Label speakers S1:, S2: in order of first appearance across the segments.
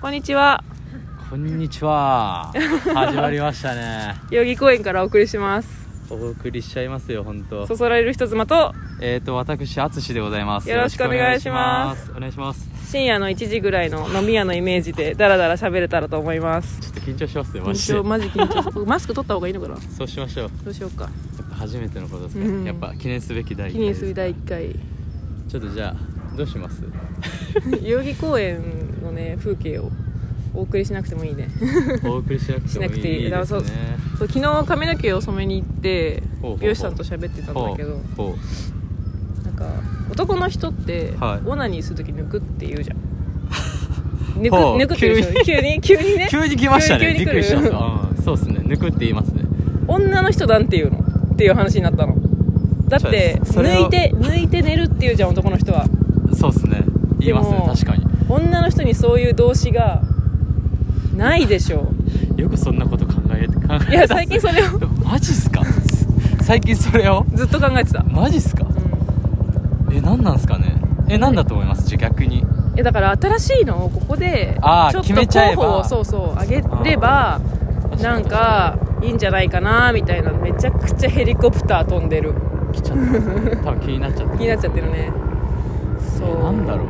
S1: こんにちは
S2: こんにちは始まりましたね
S1: 代々木公園からお送りします
S2: お送りしちゃいますよ本当
S1: そそられる人妻と
S2: えっ、ー、と私淳でございます
S1: よろしくお願いします
S2: お願いします
S1: 深夜の1時ぐらいの飲み屋のイメージでダラダラ喋れたらと思います
S2: ちょっと緊張しますよマジ
S1: 緊張マ
S2: で
S1: ジ緊張僕マスク取った方がいいのかな
S2: そうしましょう
S1: どうしようか
S2: やっぱ初めてのことですか、
S1: うん
S2: やっぱ記念すべき第一
S1: 記
S2: 回で
S1: 念
S2: す
S1: する第1回
S2: ちょっとじゃあどうします
S1: 代々木公園のね風景をお送りしなくてもいいね
S2: お送りしなくてもいい
S1: しなくていい
S2: いいで
S1: そ
S2: す
S1: う
S2: ね
S1: そう昨日髪の毛を染めに行って
S2: ほうほうほう
S1: 美容師さんと喋ってたんだけど
S2: ほ
S1: なんか男の人って
S2: はい
S1: オナニーする時抜くって言う じゃん抜く
S2: ほう
S1: 抜くって言うでしょ急に急にね
S2: う 急に来ましたね
S1: 急
S2: び
S1: に来
S2: っく
S1: る
S2: りしました、うん、そうですね抜くって言いますね
S1: 女の人なんて言うのっていう話になったのだっ
S2: そうで
S1: て
S2: すそれ
S1: 抜
S2: を
S1: いて抜いて寝るっていうじゃん男の人は
S2: そうですね言います
S1: で
S2: ね
S1: も
S2: 確かに
S1: 女の人にそういう動詞がないでしょ
S2: よくそんなこと考え考え
S1: うい や最近それを
S2: マジっすか最近それを
S1: ずっと考えてた、
S2: マジっすか
S1: う
S2: え何なんすかねえ何だと思いますじゃあ逆
S1: ん、
S2: に
S1: いやだから新しいのをここで
S2: あー
S1: ちょっ
S2: 決め
S1: と
S2: ちゃえ
S1: 候
S2: ば
S1: 補をそうそうあげればなんかいいんじゃないかなみたいなめちゃくちゃヘリコプター飛んでる
S2: 来ち ゃった多分気になっちゃった
S1: 気になっちゃってるねそ
S2: えなん
S1: う
S2: だろう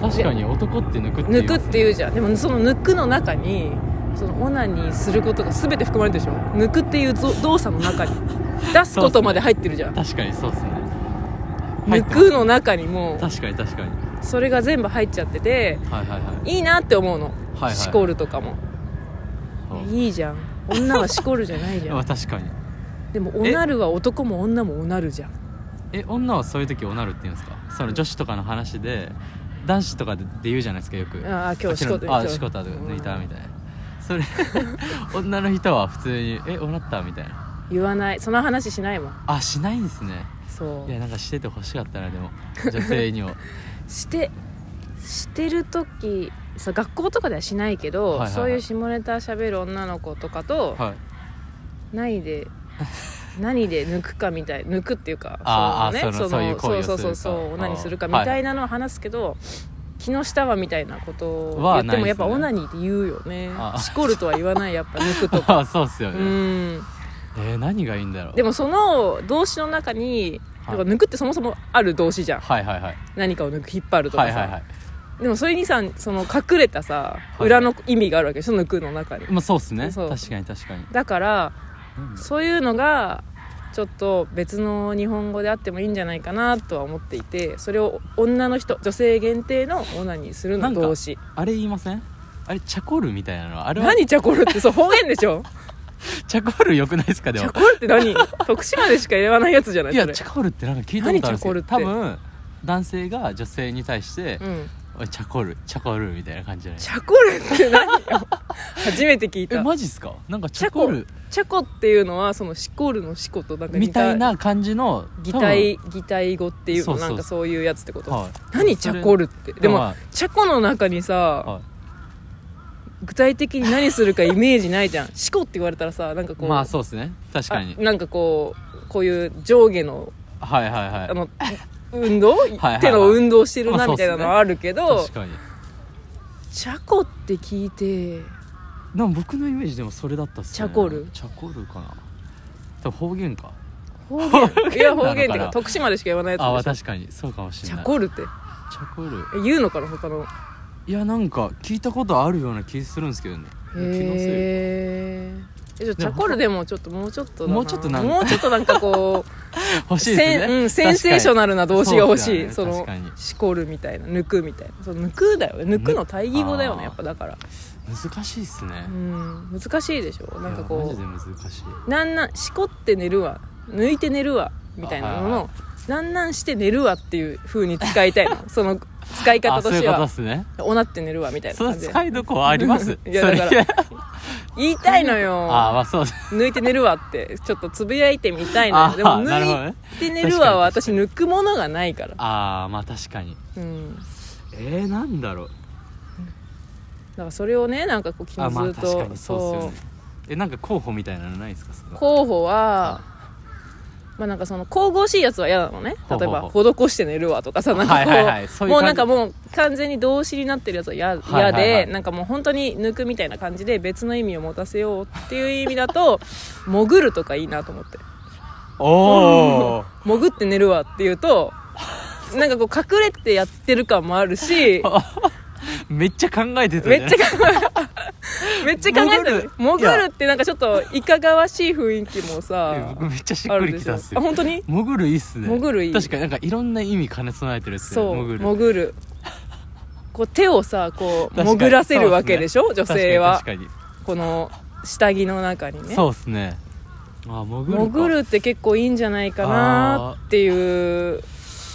S2: 確かに男って抜くって言い
S1: 抜く
S2: ますね
S1: って言うじゃんでもその抜くの中にそのオナニーすることが全て含まれてるでしょ抜くっていうぞ動作の中 に出すことまで入ってるじゃん、
S2: 確かにそうっすね入
S1: 抜
S2: ってます
S1: くの中にも
S2: 確かに確かに
S1: それが全部入っちゃってて
S2: はいはいはい
S1: いいなって思うの、
S2: はい
S1: シコールとかも
S2: うん
S1: いいじゃん女はシコールじゃないじゃ
S2: まあ
S1: ん
S2: 確かに
S1: でもおなるは男も女もおなるじゃん
S2: え女はそういう時おなるって言うんですかその女子とかの話で男子とかでで言うじゃないですかよく
S1: ああ今日シコール
S2: あしこたで抜いたみたいなそれ 女の人は普通に「えおなった?」みたいな
S1: 言わないその話しないもん
S2: あしないんですね
S1: そ
S2: いやなんかしてて欲しかったなでも女性 にも
S1: うしてしてる時さ学校とかではしないけど、
S2: はいはいはい
S1: そういう下ネタ喋る女の子とかと、
S2: はい
S1: 何で 何で抜くかみたい抜くっていうか
S2: あー
S1: の
S2: あーそのそういう行為をするか
S1: そうそうそうそう何するかみ
S2: あー
S1: たいなのは話すけど、木の下はみたいなことを
S2: は
S1: 言ってもや
S2: ないで
S1: っ
S2: すね
S1: ぱオナニーって言うよね
S2: あー
S1: しこるとは言わないやっぱ抜く とか
S2: あそうっすよ
S1: う
S2: ね、
S1: ん
S2: えー何がいいんだろう
S1: でもその動詞の中にだ
S2: はい
S1: から抜くってそもそもある動詞じゃん
S2: はいはいはい
S1: 何かを抜く引っ張ると
S2: は
S1: か
S2: い
S1: さ、
S2: はいはい
S1: でもそれにさその隠れたさ
S2: はい
S1: 裏の意味があるわけでしょ抜くの中に
S2: まあそうっすね
S1: そう
S2: 確かに確かに
S1: だから
S2: なんだ
S1: そういうのがちょっと別の日本語であってもいいんじゃないかなとは思っていてそれを女の人女性限定のオナにする
S2: な
S1: の
S2: んか
S1: 動詞
S2: あれ言いませんあれチャコるみたいなのはあれは
S1: 何チャコルってそう方言でしょ
S2: チャコるよくないですかで
S1: チ
S2: も
S1: ャコルって何徳島でしか言わないやつじゃない
S2: い
S1: そ
S2: や
S1: れ
S2: チャコるってなんか聞いたことあるんです
S1: 何
S2: よ
S1: チャコ
S2: 多
S1: るって
S2: 分男性が女性に対して
S1: うん、
S2: 「おいチャコるチャコる」みたいな感じじゃない
S1: チャコルって何よ初めて聞い
S2: え
S1: た
S2: マジっすかなんかチ
S1: チ
S2: ャ
S1: ャコ
S2: コる
S1: チャコっていうのはそのシコルのシコとなんか
S2: みたいな感じの
S1: 擬
S2: 多分
S1: 態擬態語っていう
S2: そ
S1: の
S2: うそう
S1: なんかそういうやつってこと、
S2: はい
S1: 何チャコるってでも、
S2: まあ
S1: チャコの中にさ、
S2: は
S1: 具体的に何するかイメージないじゃ ん「しこ」って言われたらさなんか
S2: い
S1: こう,あ、
S2: まあそうですね確かに
S1: なんかこうこういう上下の
S2: はいはいはい
S1: あの運動
S2: はいはい
S1: 手の運動してる
S2: まあ
S1: な
S2: そう
S1: み
S2: っす
S1: たい
S2: ね
S1: なのはあるけど
S2: 確かに
S1: 「チャコ」って聞いて
S2: なんか僕のイメージでもそれだったっすね
S1: チャコル
S2: チャコルかな多分方言か
S1: 方言いや方言っていう
S2: なの
S1: か
S2: かな
S1: 徳島でしか言わない
S2: あ
S1: やつでしょ
S2: 確かにそうかもし
S1: チ
S2: れ
S1: ャ
S2: ない
S1: コるって
S2: チャコル
S1: え言うのかな他の
S2: いやなんか聞いたことあるような気するんですけどね気のせい
S1: へーえじゃあチャコるでもちょっともうちょっとだな
S2: もうちょっとなんか
S1: もうちょっとなんかこう
S2: 欲しいです
S1: せ
S2: ね
S1: んうんセンセーショナルな動詞が欲しいそ
S2: そうです
S1: の
S2: よね確かに
S1: しこるみたいな抜くみたいなその抜くだよね抜くの対義語だよ
S2: うん
S1: ねやっぱだから
S2: 難しいっすね
S1: うん難しいでしょなんか
S2: いや
S1: こ
S2: マジで難しいう
S1: なんなんしこって寝るわ抜いて寝るわみたいなの
S2: あはい
S1: のなんなんして寝るわっていう風に使いた いのその使い
S2: あ
S1: 方
S2: そ
S1: と
S2: う
S1: し
S2: いう
S1: て
S2: ことっ
S1: は
S2: すね
S1: おなって寝るわみたいな
S2: その
S1: 感じで
S2: 使いどころあります
S1: いやだから
S2: それ
S1: 言いたいのよ
S2: あまあそう
S1: 抜いて寝るわってちょっとつぶやいてみたいな
S2: あ
S1: でも
S2: なるほど
S1: 抜い
S2: ね
S1: て寝るわは私抜くものがないから
S2: ああまあ確かに
S1: うんだ
S2: えー、なんだろう
S1: からそれをねなんかこう気
S2: あ
S1: に
S2: まあ
S1: ずっ
S2: 確か
S1: と
S2: にそうっすよねえなんか候補みたいなのないですかその
S1: 候補はまあなんかその神々しいやつは嫌なのね
S2: ほう
S1: 例
S2: ほ
S1: え
S2: う
S1: ば
S2: ほ
S1: 施して寝るわとかさなんかこう,、
S2: はいはいはいそういう
S1: もう
S2: 感
S1: なん
S2: じ
S1: かもう完全に動詞になってるやつは嫌嫌で、
S2: はいはいはい
S1: なんかもう本当に抜くみたいな感じで別の意味を持たせようっていう意味だと 潜るとかいいなと思って
S2: おお
S1: 潜って寝るわっていうとなんかこう隠れてやってる感もある し
S2: めっちゃ考えてた
S1: め
S2: ね
S1: っちゃ考えめっちゃ考えてる
S2: 潜
S1: 潜
S2: るいや
S1: るってなんかちょっといかがわしい雰囲気も
S2: え
S1: さ
S2: 僕 めっちゃしっ
S1: あ
S2: く
S1: る
S2: り
S1: で
S2: き
S1: したょ
S2: んです
S1: あ
S2: よ
S1: 本当に
S2: 潜るいいっすね
S1: 潜るいい
S2: 確かになんかいろんな意味兼ね備えてるっすね
S1: そう
S2: 潜
S1: 潜
S2: る
S1: るこう手をさこう
S2: 確かに
S1: 潜らせるわけでしょ、
S2: そうっす
S1: 女
S2: ね
S1: 性は
S2: 確かに確か
S1: この下着の中に
S2: に
S1: ね
S2: そうっすねあ潜るか
S1: 潜るって結構いいんじゃないかなっていう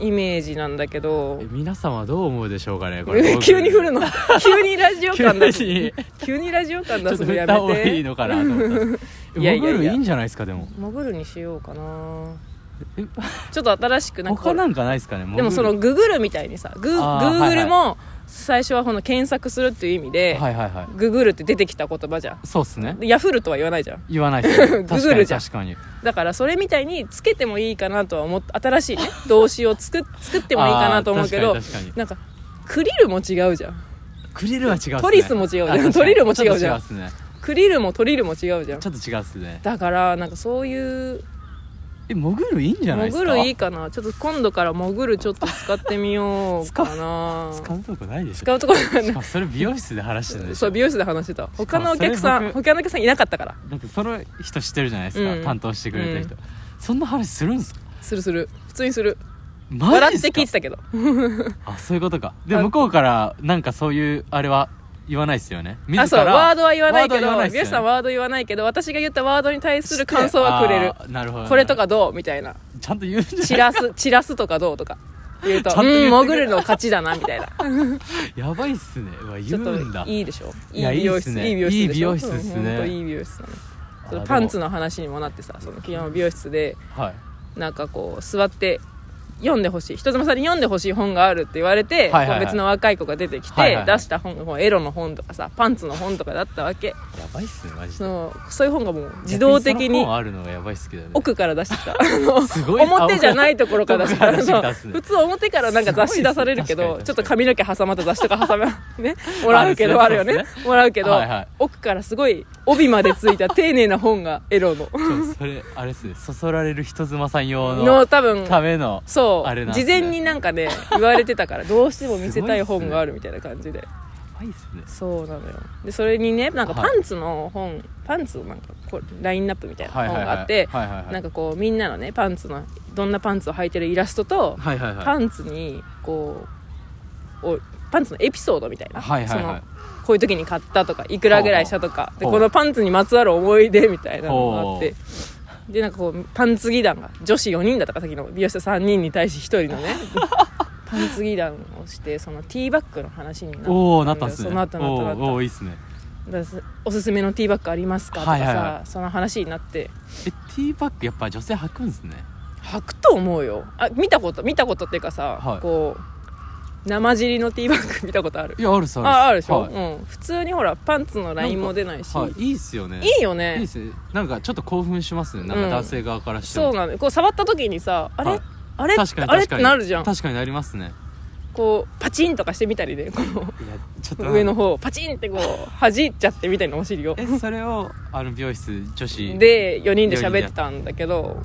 S1: イメージなんだけど
S2: え皆様どう思うでしょうかねこれ
S1: 急に振 るの急にラジオ感出す
S2: 急に
S1: 急にラジオ感
S2: ち
S1: 出
S2: ょっと
S1: す
S2: 振
S1: のや
S2: った方
S1: め
S2: がいい
S1: て
S2: のかなと思ったんです
S1: いやいやいや
S2: 潜るいいんじゃないですかでも
S1: 潜るにしようかな
S2: え
S1: ちょっと新しくなんか
S2: 他なんかないですかね潜る
S1: でもそのググるみたいにさググ
S2: あー
S1: ーグルも最初はこの検索するっていう意味で、
S2: はいはいはい
S1: ググるって出てきた言葉じゃん
S2: そうっすね
S1: ヤフルとは言わないじゃん
S2: 言わないっすね
S1: ググるじゃん
S2: 確かに確かに
S1: だからそれみたいにつけてもいいかなとは思って新 しいね動詞を作っ作ってもいいかなと思うけ
S2: あ
S1: ど
S2: ー確かに確か
S1: なんかクリルも違うじゃん
S2: にクリルは違うっすね
S1: トリスも違うじゃん
S2: あ確かに
S1: トリルも違うじゃん
S2: ちょっと違うっすね
S1: クリルもトリルも違うじゃん
S2: ちょっと違うっすね
S1: だからなんかそういう
S2: え潜るいいんじゃないです
S1: 潜
S2: か
S1: るいいかなちょっと今度から潜るちょっと使ってみようかな
S2: 使うとこないでしょ
S1: 使うところ
S2: しかもそれ美容室で話してるんでし
S1: そ
S2: ょ
S1: う美容室で話してた他のお客
S2: そ
S1: さ
S2: れ
S1: ん
S2: 僕
S1: 他のお客さんいなかったから
S2: なんかその人知ってるじゃないですか、
S1: うん
S2: 担当してくれた人、そんな話するんですか
S1: するする普通にする
S2: マ
S1: 笑
S2: ジ
S1: っ
S2: ってすか
S1: 聞いてたけど
S2: あそういうことかで
S1: あ
S2: 向こうからなんかそういうあれは言わないですよね自ら
S1: あそうワードは言わないけ
S2: ワード
S1: ど
S2: は言わないっすよ
S1: 皆
S2: ね
S1: さんワード言わないけど私が言ったワードに対する感想はくれる
S2: あーなるほど、
S1: これとかどうみたいな
S2: ちゃんと言うんじゃない
S1: 散らす散らすとかどうとか言うと
S2: ちゃんと言ってくれ
S1: うん潜るの勝ちだなみたい な
S2: やばいっすねうわ
S1: ち
S2: 言
S1: ょっ
S2: うんだ
S1: といいでしょ
S2: いや
S1: 美容室
S2: いいっすね
S1: いい美容室でしょ
S2: い
S1: うん
S2: い美容室っすね
S1: ほんといい美容室だね
S2: あ
S1: そ
S2: で
S1: の
S2: も
S1: パンツの話にもなってさその昨日の美容室で
S2: はい
S1: なんかこう座って読んでほしい人妻さんに読んでほしい本があるって言われて、
S2: はいはいはい
S1: こう別の若い子が出てきて、
S2: はいはいはい
S1: 出した本がこうエロの本とかさパンツの本とかだったわけ
S2: やばいっすねマジ
S1: そ
S2: で
S1: のそういう本がもう自動的
S2: 逆その
S1: に
S2: 本あるのがやばいっすけどね
S1: 奥から出してきたあの
S2: すごい
S1: 表じゃないところから出してきた
S2: 奥から出してきたっすね
S1: 普通表からなんか雑誌出されるけ
S2: すごい
S1: ど
S2: っすね
S1: ちょっと髪の毛挟まった雑誌とか挟ま ねもらうけどあ
S2: あ
S1: る
S2: る
S1: よ
S2: っすね
S1: ねもらうけど、
S2: はいはい
S1: 奥からすごい帯までついた丁寧な本がエロ の
S2: そうそれあれっすねそそられる人妻さん用
S1: の
S2: の
S1: 多分
S2: ための
S1: そ
S2: あれ
S1: う
S2: なん
S1: 事
S2: すね
S1: 前になんかね言われてた からどうしても見せたい本があるみたいな感じで、
S2: やばいっすね
S1: そうなのよでそれにねなんか
S2: はい
S1: パンツの本、パンツのなんかこうラインナップみたいな
S2: は
S1: 本
S2: いはい
S1: が
S2: は
S1: あっ
S2: い
S1: て
S2: はいはいはい
S1: なんかこうみんなのねパンツのどんなパンツを履いてるイラストと、
S2: はいはいはい
S1: パンツにこうおパンツのエピソードみたいな、
S2: はいはいはい
S1: そのこういう時に買ったとかいくらぐらいしたとかで
S2: ほう
S1: このパンツにまつわる思い出みたいなのがあっ
S2: ほ
S1: てでなんかこうパンツ議団が女子4人だったか先の美容師さん3人に対し1人 のねパンツ議団をしてそのティーバッグの話になった
S2: おおなったっすね
S1: そうなったなったなった
S2: おーおーいいっすね
S1: だからおすすめのティーバッグありますかとかさ、
S2: はいはいは
S1: その話になって
S2: えティーバッグやっぱ女性履くんすね
S1: 履くと思うよあ見たこと見たことっていうかさ、
S2: はい
S1: こう生尻のティーバッグ 見たことある
S2: いやあるっす
S1: ああ
S2: あ
S1: るで
S2: るっ
S1: し
S2: す
S1: ょ、
S2: はい
S1: うん、普通にほらパンツのラインも出ないし、
S2: はい
S1: い、
S2: いいっすよね
S1: いよね
S2: いいですねなんかちょっと興奮しますねなん
S1: う
S2: か
S1: ん
S2: 男性側からして
S1: そう
S2: も、
S1: なのよこう触った時にさあれ、
S2: はい
S1: あれ
S2: 確かに
S1: あれっ
S2: 確
S1: て
S2: かに
S1: なるじゃん
S2: 確かになりますね
S1: こうパチンとかしてみたりでこ
S2: いやちょっ
S1: う
S2: と
S1: 上の方パチンってこう弾いちゃってみたいなお尻を
S2: えそれをあの美容室女子
S1: で4人で喋ってたんだけど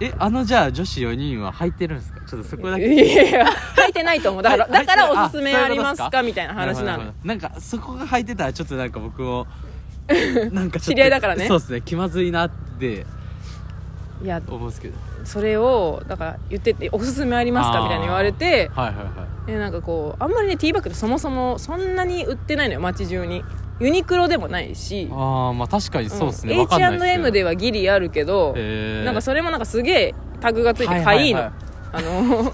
S2: えあのじゃあ女子4人は履いてるんですかちょっとそこだ
S1: い
S2: け
S1: やいや履いてないと思うだから
S2: はい履
S1: だ
S2: いて
S1: からおすすめ
S2: あ
S1: あ
S2: そういうことっすか
S1: りますかみたいな話な
S2: るほ
S1: の
S2: どなんかそこが履いてたらちょっとなんか僕 もなんかちょっと
S1: 知り合いだからね
S2: そうですね気まずいなって
S1: いや
S2: 思うんですけど
S1: それをだから言ってておすすめありますかみたいな言われて
S2: はいはいはい
S1: えなんかこうあんまりねティーバッグってそもそもそんなに売ってないのよ街中にユニクロでもないし
S2: ああまあ確かにそうですね、
S1: うん
S2: わかんないっすけど
S1: H&M ではギリあるけど、
S2: えー
S1: なんかそれもなんかすげえタグがついてか
S2: はい
S1: ゆ
S2: はいい
S1: の、
S2: はい
S1: あ の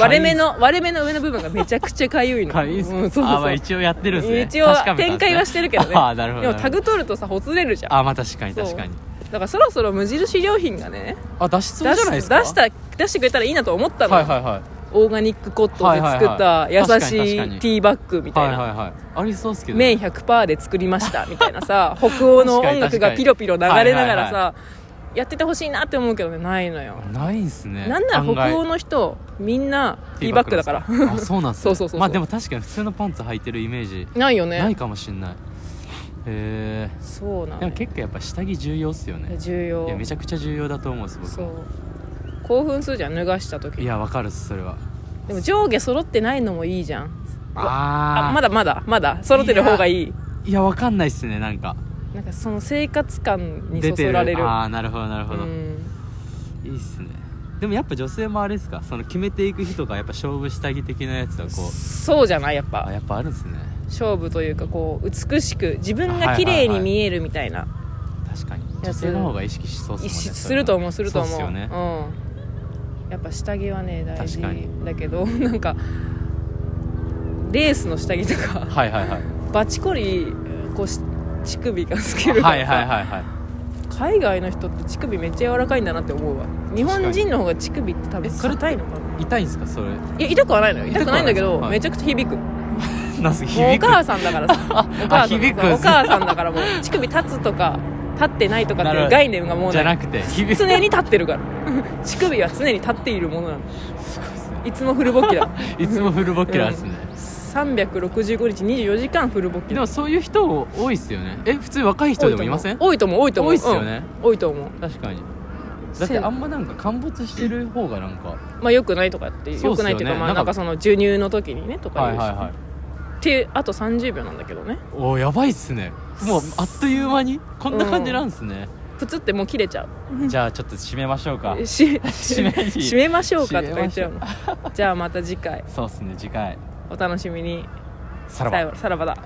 S1: 割れ目の割れ目の上の部分がめちゃくちゃかゆいの
S2: かいいっすか、
S1: うんそうそうそう
S2: あーまあ一応やってるんですね
S1: 一応
S2: 確かめたん
S1: 展
S2: すね
S1: 開はしてるけどね
S2: ああなるほど
S1: でもタグ取るとさほつれるじゃん
S2: あーまあ確かに
S1: そう
S2: 確かに
S1: だからそろそろ無印良品がね
S2: あ出しそう
S1: 出
S2: じゃ
S1: し
S2: な
S1: 出
S2: いですか
S1: した出してくれたらいいなと思ったの、
S2: はいはいはい
S1: オーガニックコットンで作っ
S2: は
S1: た
S2: いはいはい
S1: 優し
S2: 確かに確か
S1: い
S2: に
S1: ティーバッグみたいな、
S2: はいはいはいありそうっすけどね
S1: 麺 100%で作りましたみたいなさ北欧の音楽がピロピロ流れながらさやっててほしいなって思うけどねないのよ
S2: ないんすね
S1: なんなら北欧
S2: の
S1: の人みんなティーバッグだから
S2: あそうなんす、ね、
S1: そうそうそうそう
S2: まあでも確かに普通のパンツ履いてるイメージ
S1: ないよね
S2: ないかもしんないへ
S1: そうなの
S2: えで
S1: よ
S2: も結構やっぱ下着重要っすよね
S1: 重要
S2: いやめちゃくちゃ重要だと思うっす僕
S1: そ
S2: も
S1: う興奮するじゃん脱がした時
S2: いやわかるっすそれは
S1: でも上下揃ってないのもいいじゃん
S2: あ
S1: あ
S2: あ
S1: まだまだまだ揃ってる方がいい
S2: いやわかんないっすねなんか
S1: なんかその生活感に
S2: 出
S1: そ
S2: て
S1: そ
S2: る
S1: られる
S2: ああなるほどなるほど、
S1: うん
S2: いいっすねでもやっぱ女性もあれですかその決めていく日とかやっぱ勝負下着的なやつはこう
S1: そうじゃないやっ
S2: あ
S1: ぱ
S2: やっぱあるんですね
S1: 勝負というかこう美しく自分が綺麗に見えるみたいな
S2: 確かに
S1: や
S2: 女
S1: つ
S2: 性の方が意識しそうっすもんね
S1: 一
S2: それは
S1: すると思うすると思う
S2: そうっすよね
S1: うん、やっぱ下着はね大事
S2: 確かに
S1: だけど なんかレースの下着とか
S2: はいはい はい
S1: バチコリこうし乳首が透けるか
S2: は
S1: ら
S2: い
S1: さ、
S2: はいはいはい
S1: 海外の人って乳首めっちゃ柔らかいんだなって思うわ日本人の方が乳首って多
S2: え
S1: 分
S2: それ
S1: 硬いのかな
S2: 痛いんすかそれ
S1: いや痛くはないのよ痛くないんだけど、
S2: はい
S1: めちゃくちゃ響く
S2: なんすか
S1: もうお
S2: 響く
S1: 母さんだから さお母さん
S2: 響く
S1: そうお母さんだからもう乳首立つとか立ってないとかっていう概念がもう
S2: じゃ
S1: な
S2: ないくて響く
S1: 常に立ってるから 乳首は常に立っているものなの
S2: すごいっすね
S1: いつもフルボッキだ
S2: いつもフルボッキラですね、
S1: 365日24時間フルボッキ
S2: で
S1: だ
S2: もそういう人も多いっすよねえ普通若い人でもいません
S1: 多いと思う多いと思う
S2: 多いっすよね
S1: うん多いと思う
S2: 確かにだってあんまなんか陥没してる方がなんか
S1: まあよくないとかって
S2: そう
S1: よ
S2: っ
S1: く
S2: すよね
S1: ないっていうかまあ
S2: な
S1: なんん
S2: か
S1: かその授乳の時にねとか
S2: は
S1: 言
S2: いうはい
S1: し
S2: はい
S1: ってあと30秒なんだけどね
S2: おーやばいっすねもうあっという間にこんな感じなんすね、
S1: プツってもう切れちゃう
S2: じゃあちょっと締めましょうか
S1: し
S2: 締めに
S1: 締めましょうかとか言っちゃうのじゃあまた次回
S2: そうっすね次回
S1: お楽しみに
S2: さらば
S1: さよさらばだ